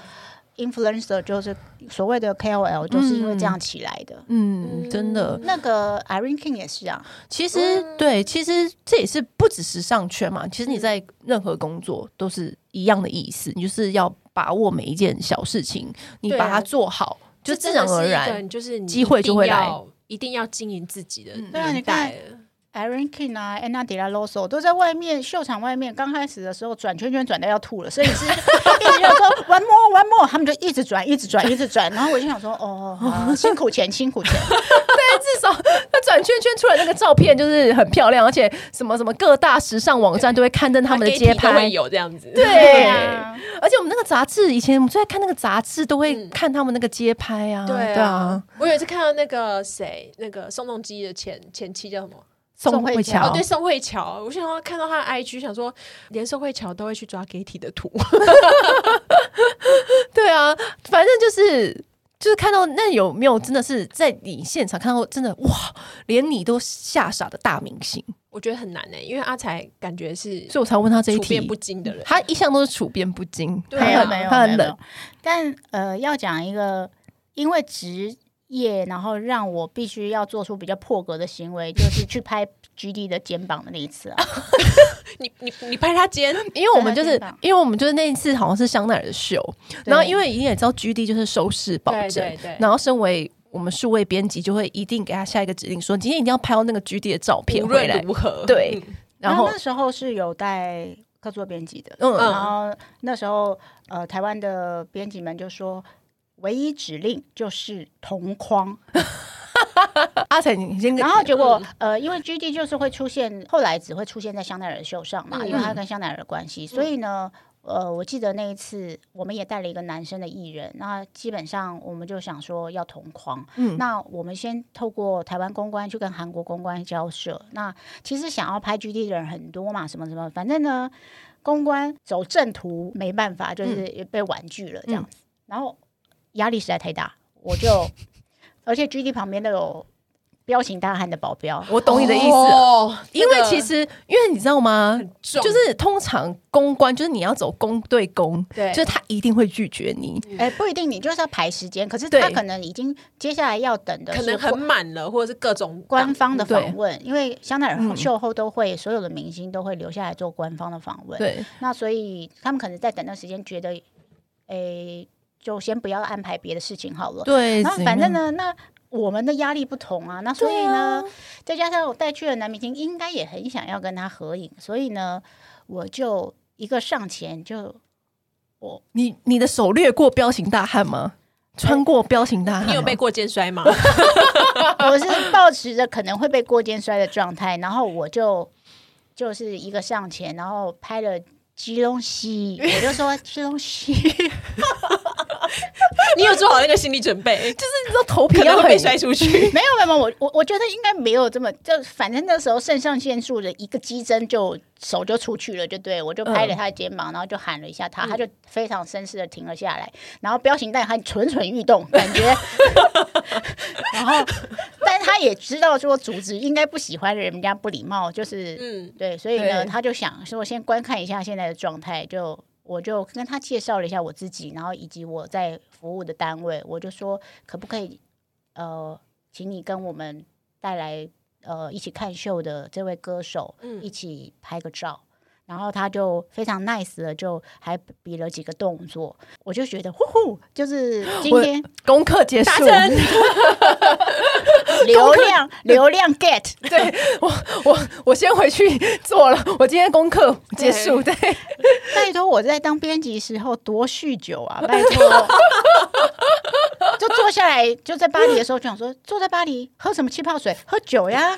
influencer 就是所谓的 KOL，就是因为这样起来的。嗯，真的，那个 Irene King 也是啊，其实、嗯对，其实这也是不止时尚圈嘛。其实你在任何工作都是一样的意思，你就是要把握每一件小事情，你对啊把它做好，就自这真的然而是一个然。就是你机会就会来一定要，一定要经营自己的嗯对啊你年代了。 Irene King 啊，Anna De La Rosso 都在外面秀场外面，刚开始的时候转圈圈转的要吐了，所以 是一直要说玩摸玩摸，他们就一直转，一直转，一直转。然后我就想说，哦，好辛苦钱，辛苦钱。至少他转圈圈出来那个照片就是很漂亮，而且什么什么各大时尚网站都会刊登他们的 gay 街 tea 都拍会。有这样子，对啊，而且我们那个杂志，以前我们最爱看那个杂志，都会嗯看他们那个街拍啊，对对啊，，我有一次看到那个谁，那个宋仲基的前前妻叫什么？宋慧慧乔乔哦，对，宋慧乔。我想要看到她的 IG，想说连宋慧乔都会去抓 gay T 的图， 对啊，反正就是就是看到那有没有真的是在你现场看到真的哇，连你都吓傻的大明星，我觉得很难呢、因为阿才感觉是所以我才问他这一处题变。不惊的人，他一向都是处变不惊，对他啊没有很没他有没有很没冷有，但呃，要讲一个，因为职业，然后让我必须要做出比较破格的行为，就是去拍 GD 的肩膀的那一次 啊。你你你拍他肩，因为我们就是对他肩膀因为我们就是那一次好像是香奈儿的秀，对然后因为你也知道 GD 就是收视保对证，对对然后身为我们数位编辑就会一定给他下一个指令说，你今天一定要拍到那个 GD 的照片无回论来，如何，对嗯然后那时候是有带客座编辑的，嗯然后那时候呃，台湾的编辑们就说。唯一指令就是 同框，阿才你先跟，然后结果嗯呃，因为 GD 就是会出现，后来只会出现在香奈儿的秀上嘛，嗯因为它跟香奈儿的关系，所以呢，呃，我记得那一次我们也带了一个男生的艺人，那基本上我们就想说要同框，嗯那我们先透过台湾公关去跟韩国公关交涉，那其实想要拍 GD 的人很多嘛，什么什么，反正呢，公关走正途没办嗯法，就是也被婉拒了这样子。然后压力实在太大，我就而且 GD 旁边都有彪形大汉的保镖，我懂你的意思了，哦因为这个其实因为你知道吗？重就是通常公关，就是你要走公对公，对就是他一定会拒绝你。哎、不一定你就是要排时间，可是嗯对他可能已经接下来要等的可是能很满了，或者是各种嗯官方的对访问，因为香奈嗯儿秀后都会、所有的明星都会留下来做官方的访问，对，那所以他们可能在等段时间觉得，诶、就先不要安排别的事情好了。对，然后反哎怎正么样，呢，那我们的压力不同啊，那所以呢，再加上我带去的男明星应该也很想要跟他合影，所以呢，我就一个上前就你你的手掠过彪形大汉吗？穿过彪形大汉吗，你有被过肩摔吗？ 我是保持着可能会被过肩摔的状态，然后我就就是一个上前，然后拍了。基隆西，我就说基隆西，你有做好那个心理 准备，就是你知道头皮可能要会很被摔 出去。没有没有，我我我觉得应该没有这么，就反正那时候肾上腺素的一个激增就手就出去了，就对我就拍了他的肩膀，然后就喊了一下他，他就非常绅士的停了下来，然后彪形大汉蠢蠢欲动，感觉，然后但他也知道说主子应该不喜欢人家不礼貌，就是嗯，对，所以呢，对他就想说先观看一下现在的状态，就我就跟他介绍了一下我自己，然后以及我在服务的单位，我就说可不可以呃，请你跟我们带来呃一起看秀的这位歌手，嗯一起拍个照。然后他就非常 nice 的，就还比了几个动作，我就觉得呼呼，就是今我天功课结束达，成。流量流量 get，对我我我先回去做了，我今天功课结束，对，拜托，我在当编辑时候多酗酒 啊！拜托，就坐下来，就在巴黎的时候，就想说坐在巴黎喝什么气泡水，喝 酒呀。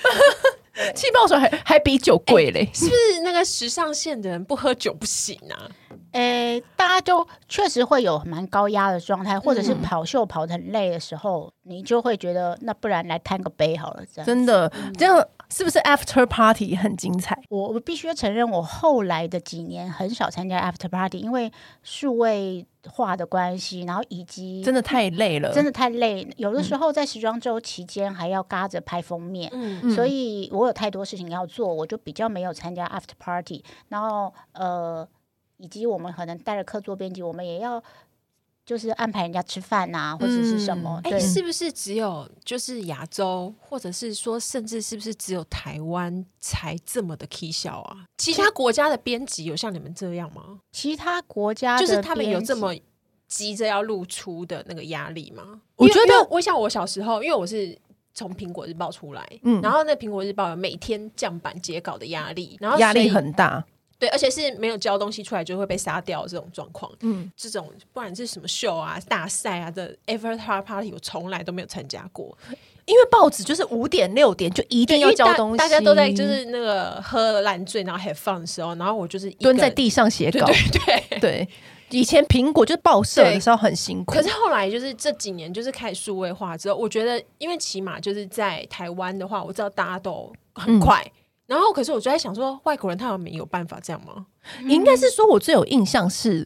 气泡水还还比酒贵嘞，是不是那个时尚线的人不喝酒不行啊？诶、大家就确实会有蛮高压的状态，或者是嗯跑秀跑得很累的时候，你就会觉得那不然来摊个杯好了，哎这样。真的，这样是不是 after party 很精彩？嗯我我必须承认，我后来的几年很少参加 after party，因为数位化的关系，然后以及真的嗯太累了，真的，的太累了。有的时候在时装周期间还要嘎着拍封面，嗯所以我有太多事情要做，我就比较没有参加 after party。然后呃，以及我们可能带着客座编辑，我们也要就是安排人家吃饭呐、或者是什么。哎、对，是不是只有就是亚洲，或者是说，甚至是不是只有台湾才这么的 k 笑啊？其他国家的编辑有像你们这样吗？其他国家就是的他们有编这辑么急着要露出的那个压力吗？我觉得因为因为我想我小时候，因为我是。从苹果日报出来，嗯然后那苹果日报有每天降版截稿的压力，然后压力所以很大，对，而且是没有交东西出来就会被杀掉这种状况。嗯，这种不管是什么秀啊、大赛啊的 Avatar Party，我从来都没有参加过。因为报纸就是五点六点就一定因要为交大东西，大家都在就是那个喝了烂醉，然后 have fun 的时候，然后我就是一个蹲在人， 地上写对稿，对对。对，以前苹果就是报社的时候很辛苦，可是后来就是这几年就是开始数位化之后，我觉得因为起码就是在台湾的话，我知道大家都嗯很快。然后，可是我就在想说，外国人他们有办法这样吗？应该是说我最有印象是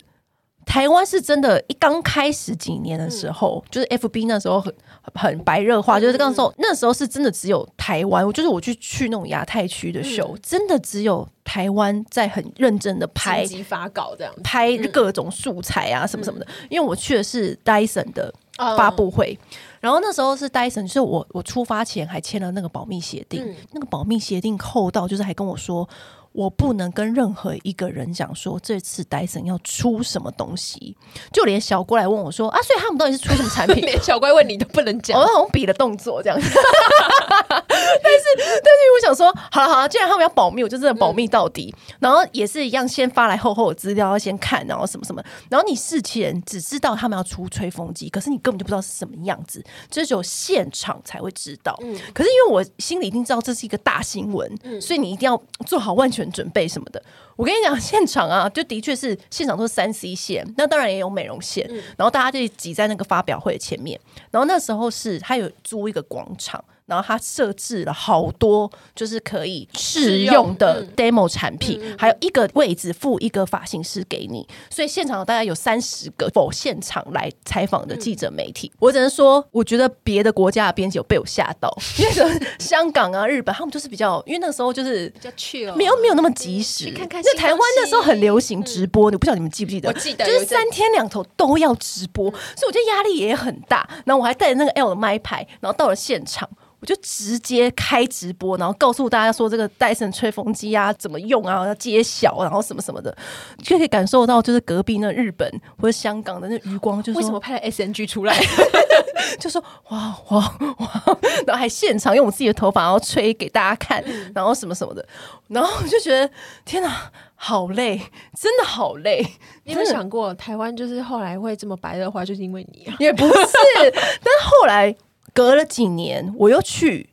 台湾是真的，一刚开始几年的时嗯候，就是 FB 那时候很很白热化，就是那时候那时候是真的只有台湾，就是我去去那种亚太区的秀，嗯真的只有台湾在很认真的拍紧急发稿这样子拍各种素材啊什么什么的。嗯因为我去的是 Dyson 的哦发布会，然后那时候是 Dyson，就是我我出发前还签了那个保密协定，嗯那个保密协定扣到就是还跟我说。我不能跟任何一个人讲说这次 Dyson 要出什么东西，就连小郭来问我说啊，所以他们到底是出什么产 品？连小乖问你都不能讲我，好像比了动作这样子，但是但是我想说，好了好了，既然他们要保密，我就真的保密到底。然后也是一样，先发来厚厚的资料，要先看，然后什么什么。然后你事前只知道他们要出吹风机，可是你根本就不知道是什么样子，这只有现场才会知道。可是因为我心里一定知道这是一个大新闻，所以你一定要做好万全准备什么的。我跟你讲，现场啊，就的确是现场都是三 C 线，那当然也有美容线，然后大家就挤在那个发表会的前面。然后那时候是他有租一个广场，然后他设置了好多就是可以试用嗯的 demo 产品，还有一个位置付一个发型师给你，所以现场大概有三十个否现场来采访的记者媒体。我只能说，我觉得别的国家的编辑有被我吓到，因为可 能香港啊、日本他们就是比较，因为那时候就是比较去了没有没有那么及时。去看看那新台湾东西那时候很流行直播，你不晓得你们记不记得？我记得就有是一阵三天两头都要直播，所以我觉得压力也很大。然后我还带着那个 L 的麦牌，然后到了现场。我就直接开直播，然后告诉大家说这个戴森吹风机啊怎么用啊，要揭晓，然后什么什么的，就可以感受到就是隔壁那日本或者香港的那余光，就是为什么拍了 SNG 出来？就说哇哇哇， 然后还现场用我自己的头发，然后吹给大家看，嗯然后什么什么的，然后我就觉得天哪，好累，真的好累，你有没有想过台湾就是后来会这么白热化，就是因为你啊？也不是。但 是后来隔了几年，我又去，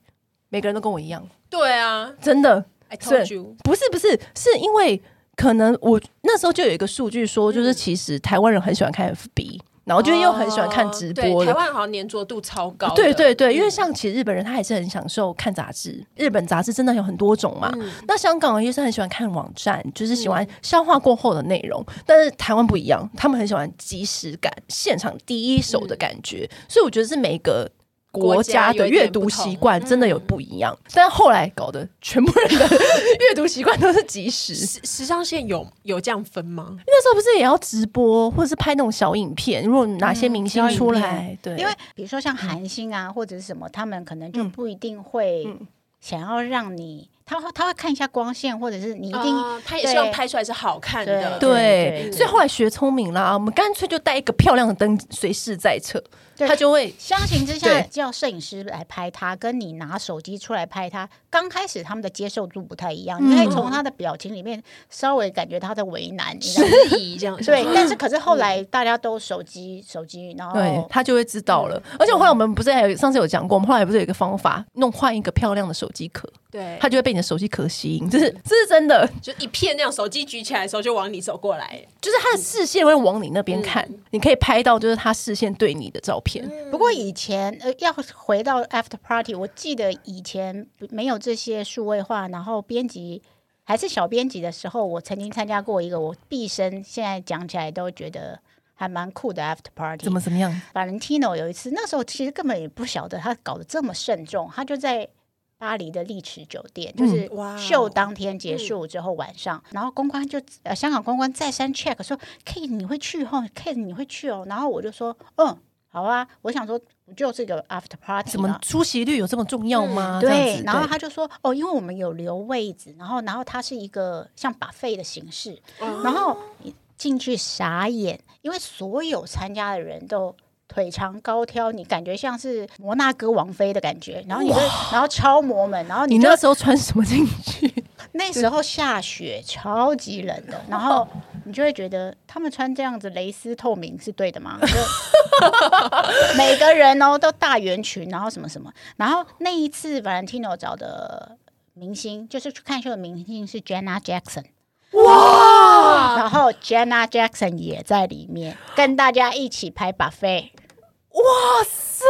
每个人都跟我一样，对啊真的，I told 是 you，不是不是，是因为可能我那时候就有一个数据嗯说，就是其实台湾人很喜欢看 FB，然后就又很喜欢看直播哦对台的。湾好像粘着度超高的，对对对，因为像其实日本人他还是很享受看杂志，日本杂志真的有很多种嗯嘛。那香港人也是很喜欢看网站，就是喜欢消化过后的内容，但是台湾不一样，他们很喜欢即时感、现场第一手的感觉，所以我觉得是每个。国国家家的阅读习惯真的有不嗯一样，但后来搞得全部人的 阅读习惯都是即时。时时尚线有有这样分吗？那时候不是也要直播，或者是拍那种小影片？如果哪些明星小影出片来，对，因为比如说嗯像韩星啊，或者是什么，他们可能就嗯不一定会嗯想要让你，他会他会看一下光线，或者是你一定啊他也希望拍出来是好看的，对对，对所以后来学聪明啦，我们干脆就带一个漂亮的灯随侍在侧，对他就会相形之下对叫摄影师来拍他，跟你拿手机出来拍他，刚开始他们的接受度不太一嗯样，你可以从他的表情里面稍微感觉他在为难，你知道吗？质疑这样 对，但是可是后来大家都手机手机，然对后他就会知道了。嗯而且后来我们不是还有上次有讲过，我们后来不是有一个方法，弄换一个漂亮的手机壳，对，它就会被你的手机壳吸引，这是嗯这是真的，就一片那样，手机举起来的时候就往你走过来，就是他的视线会往你那边看，嗯你可以拍到就是他视线对你的照片。不过以前呃，要回到 After Party，我记得以前没有这些数位化，然后编辑还是小编辑的时候，我曾经参加过一个我毕生现在讲起来都觉得还蛮酷的 After Party。怎么怎么样？ Valentino 有一次，那时候其实根本也不晓得他搞得这么慎重，他就在巴黎的丽池酒店，就是哇哦秀当天结束之后晚上，然后公关就呃香港公关再三 check 说，Kate 你会去哦，Kate 你会去哦，然后我就说，嗯，好啊，我想说不就是个 after party 怎么嘛。出席率有这么重要吗？啊这样嗯对子，然后他就说哦，因为我们有留位置，然后然后它是一个像把费的形式，然后你进去傻眼，因为所有参加的人都腿长高挑，你感觉像是摩纳哥王妃的感觉，然后你就然后超模们，然后你就那时候穿什么进去？那时候下雪，超级冷的，然后你就会觉得他们穿这样子蕾丝透明是对的吗？就每个人哦都大圆裙，然后什么什么，然后那一次 Valentino 找的明星，就是去看秀的明星是 Jenna Jackson。哇！然后 Jenna Jackson 也在里面，跟大家一起拍 buffet。哇塞！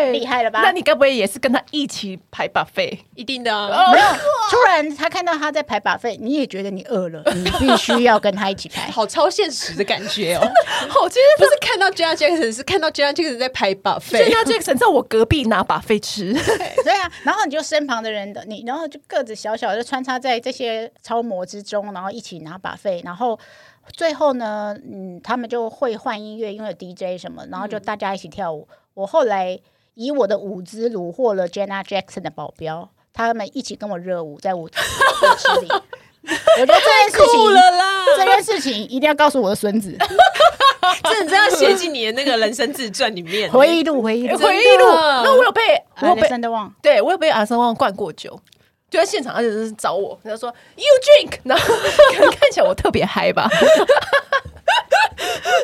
对，厉害了吧？那你该不会也是跟他一起排把费？一定的啊、。哦没有，突然他看到他在排把费，你也觉得你饿了，你必须要跟他一起排好超现实的感觉哦。我觉得不是看到 Jenna Jackson，是看到 Jenna Jackson 在排把所以费。那这个神在我隔壁拿把费 吃，对啊，然后你就身旁的人的你，然后就个子小小的穿插在这些超模之中，然后一起拿把费，然后最后呢，嗯，他们就会换音乐，因为有 DJ 什么，然后就大家一起跳舞。我后来以我的舞姿虏获了 Jenna Jackson 的保镖，他们一起跟我热舞在舞舞池里。我觉得这 件事酷情，了啦！这件事情一定要告诉我的孙子，真的要写进你的那个人生自传里面。回忆录，回忆录，回忆录。那我有被，我有被，真的忘。对我有被阿三旺灌过酒，就在现场，而且是找我，他说 “You drink”，然后可能看起来我特别嗨吧，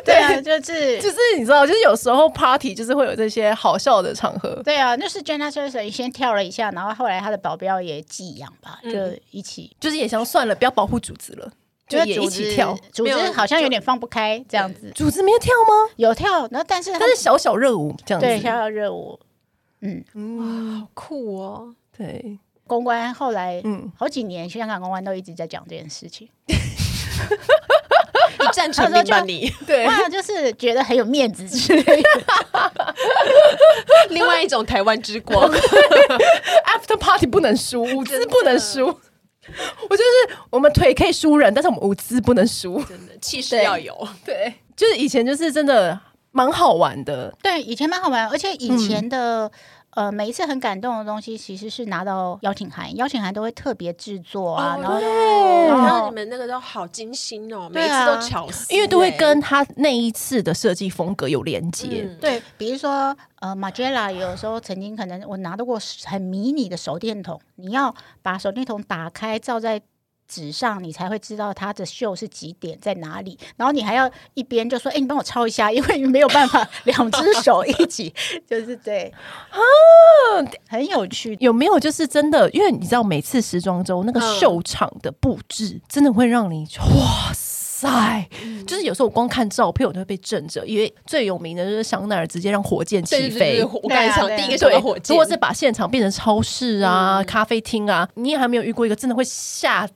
对啊，就是就是你知道，就是有时候 party 就是会有这些好笑的场合，对啊，就是 Jenna Jackson 先跳了一下，然后后来他的保镖也寄养吧，就嗯一起。就是也想算了，不要保护主子了，就因为也组一起织跳。组没有织好像有点放不开这样子，主子没有跳吗？有跳，然后但是他但是小小热舞这样子，对跳跳热舞，嗯，好酷哦！对，公关后来嗯，好几年香港公关都一直在讲这件事情，你赞成他说命吧就你。对，哇，就是觉得很有面子之类的。 另外一种台湾之光， After party 不能输，舞姿不能输。我就是我们腿可以输人，但是我们舞姿不能输。真的气势要有。对，就是以前就是真的蛮好玩的，对，以前蛮好玩，而且嗯以前的、呃，每一次很感动的东西，其实是拿到邀请函，邀请函都会特别制作啊，哦然后然然后后你们那个都好精心哦，每对一次啊都巧思欸，因为都会跟他那一次的设计风格有连接。嗯对，比如说呃，Magella 有时候曾经可能我拿到过很迷你的手电筒，你要把手电筒打开照在。纸上你才会知道它的秀是几点在哪里，然后你还要一边就说：“哎、你帮我抄一下，因为没有办法两只手一起，就是对啊，很有趣。有没有就是真的？因为你知道，每次时装周那个嗯秀场的布置，真的会让你哇塞！嗯就是有时候我光看照片，我都会被震着。因为最有名的就是香奈儿直接让火箭对起对对飞对，，我刚才想对啊第一对个啊想到火如箭，嗯果是把现场变成超市啊、咖啡厅啊，你也还没有遇过一个真的会吓，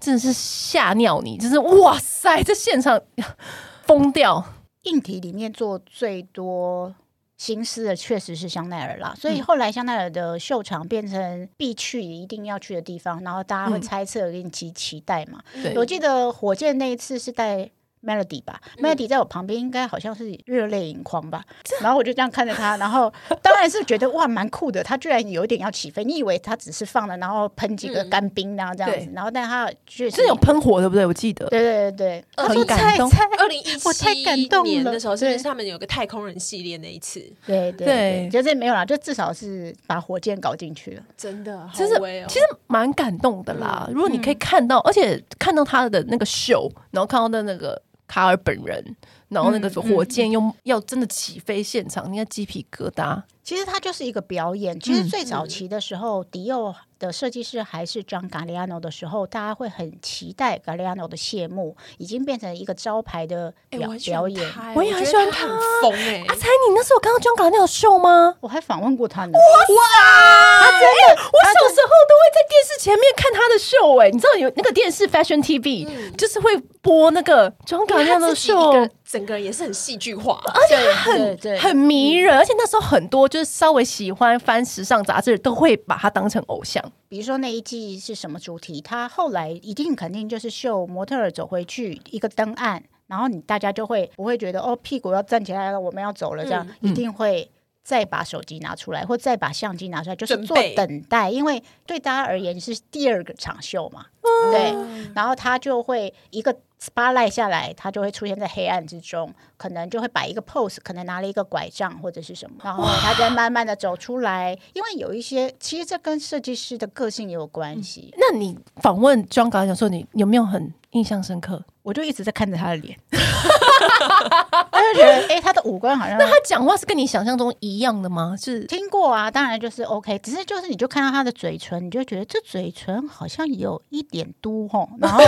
真的是吓尿你，就是哇塞，这现场 疯掉。硬体里面做最多心思的确实是香奈儿啦，所以后来香奈儿的秀场变成必去一定要去的地方，然后大家会嗯猜测跟期期待嘛。对我记得火箭那一次是带 Melody 吧、m e l o d y 在我旁边应该好像是热泪盈眶吧，然后我就这样看着他，然后当然是觉得哇蛮酷的，他居然有一点要起飞，你以为他只是放了然后喷几个嗯干冰然后这样子，对然后但他确实是有喷火对不对？我记得对对对对，呃他说很感猜动猜，二零一我太感七动年了的时候，甚至对是他们有个太空人系列那一次，对对对，对就是没有啦，就至少是把火箭搞进去了。真的好就是威哦。其实蛮感动的啦。如果你可以看到，而且看到他的那个秀，然后看到的那个卡尔本人，然后那个嗯火箭又要真的起飞现场，应该鸡皮疙瘩。其实它就是一个表演。其实嗯最早期的时候，迪奥的设计师还是 John Galliano 的时候，大家会很期待 Galliano 的谢幕，已经变成一个招牌的哎表我很喜表欢演。他欸我也很喜欢觉得他他啊很疯哎阿。才，你那时候看到 John g a r n e 秀吗？我还访问过他呢。哇！真的，哎我小时候都会在电视前面看他的秀哎、你知道有那个电视 Fashion TV，、就是会播那个 John g a r 因 n e 为他的自己一秀，个整个人也是很戏剧化，对对很对，很迷人，而且那时候很多就是稍微喜欢翻时尚杂志的都会把他当成偶像。比如说那一季是什么主题，他后来一定肯定就是秀模特儿走回去一个登岸，然后你大家就会不会觉得哦屁股要站起来了，我们要走嗯了这样，一定会。再把手机拿出来，或再把相机拿出来，就是准做备等待，因为对大家而言是第二个场秀嘛，对。然后他就会一个 spotlight 下来，他就会出现在黑暗之中，可能就会摆一个 pose，可能拿了一个拐杖或者是什么，然后他再慢慢的走出来。因为有一些，其实这跟设计师的个性也有关系。那你访问 John g a r n e 的时候，你有没有很印象深刻？我就一直在看着他的脸， 我就觉得，哎、他的五官好像他讲话是跟你想象中一样的吗？是听过啊，当然就是 OK，只是就是你就看到他的嘴唇，你就觉得这嘴唇好像有一点嘟吼，然 后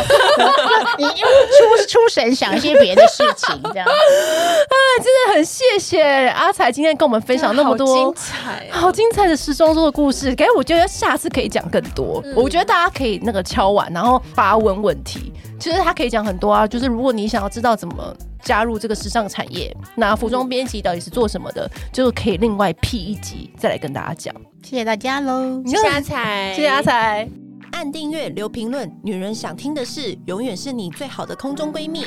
你又出出神想一些别的事情，这样哎，真的很谢谢阿才今天跟我们分享那么好精多。啊彩哦，好精彩的时装周的故事，感觉我觉得下次可以讲更多。我觉得大家可以那个敲碗，然后发问问题。其实他可以讲很多啊，就是如果你想要知道怎么加入这个时尚产业，那服装编辑到底是做什么的，就可以另外辟一集再来跟大家讲。谢谢大家喽。谢谢阿才，谢谢阿才。按订阅，留评论，女人想听的事，永远是你最好的空中闺蜜。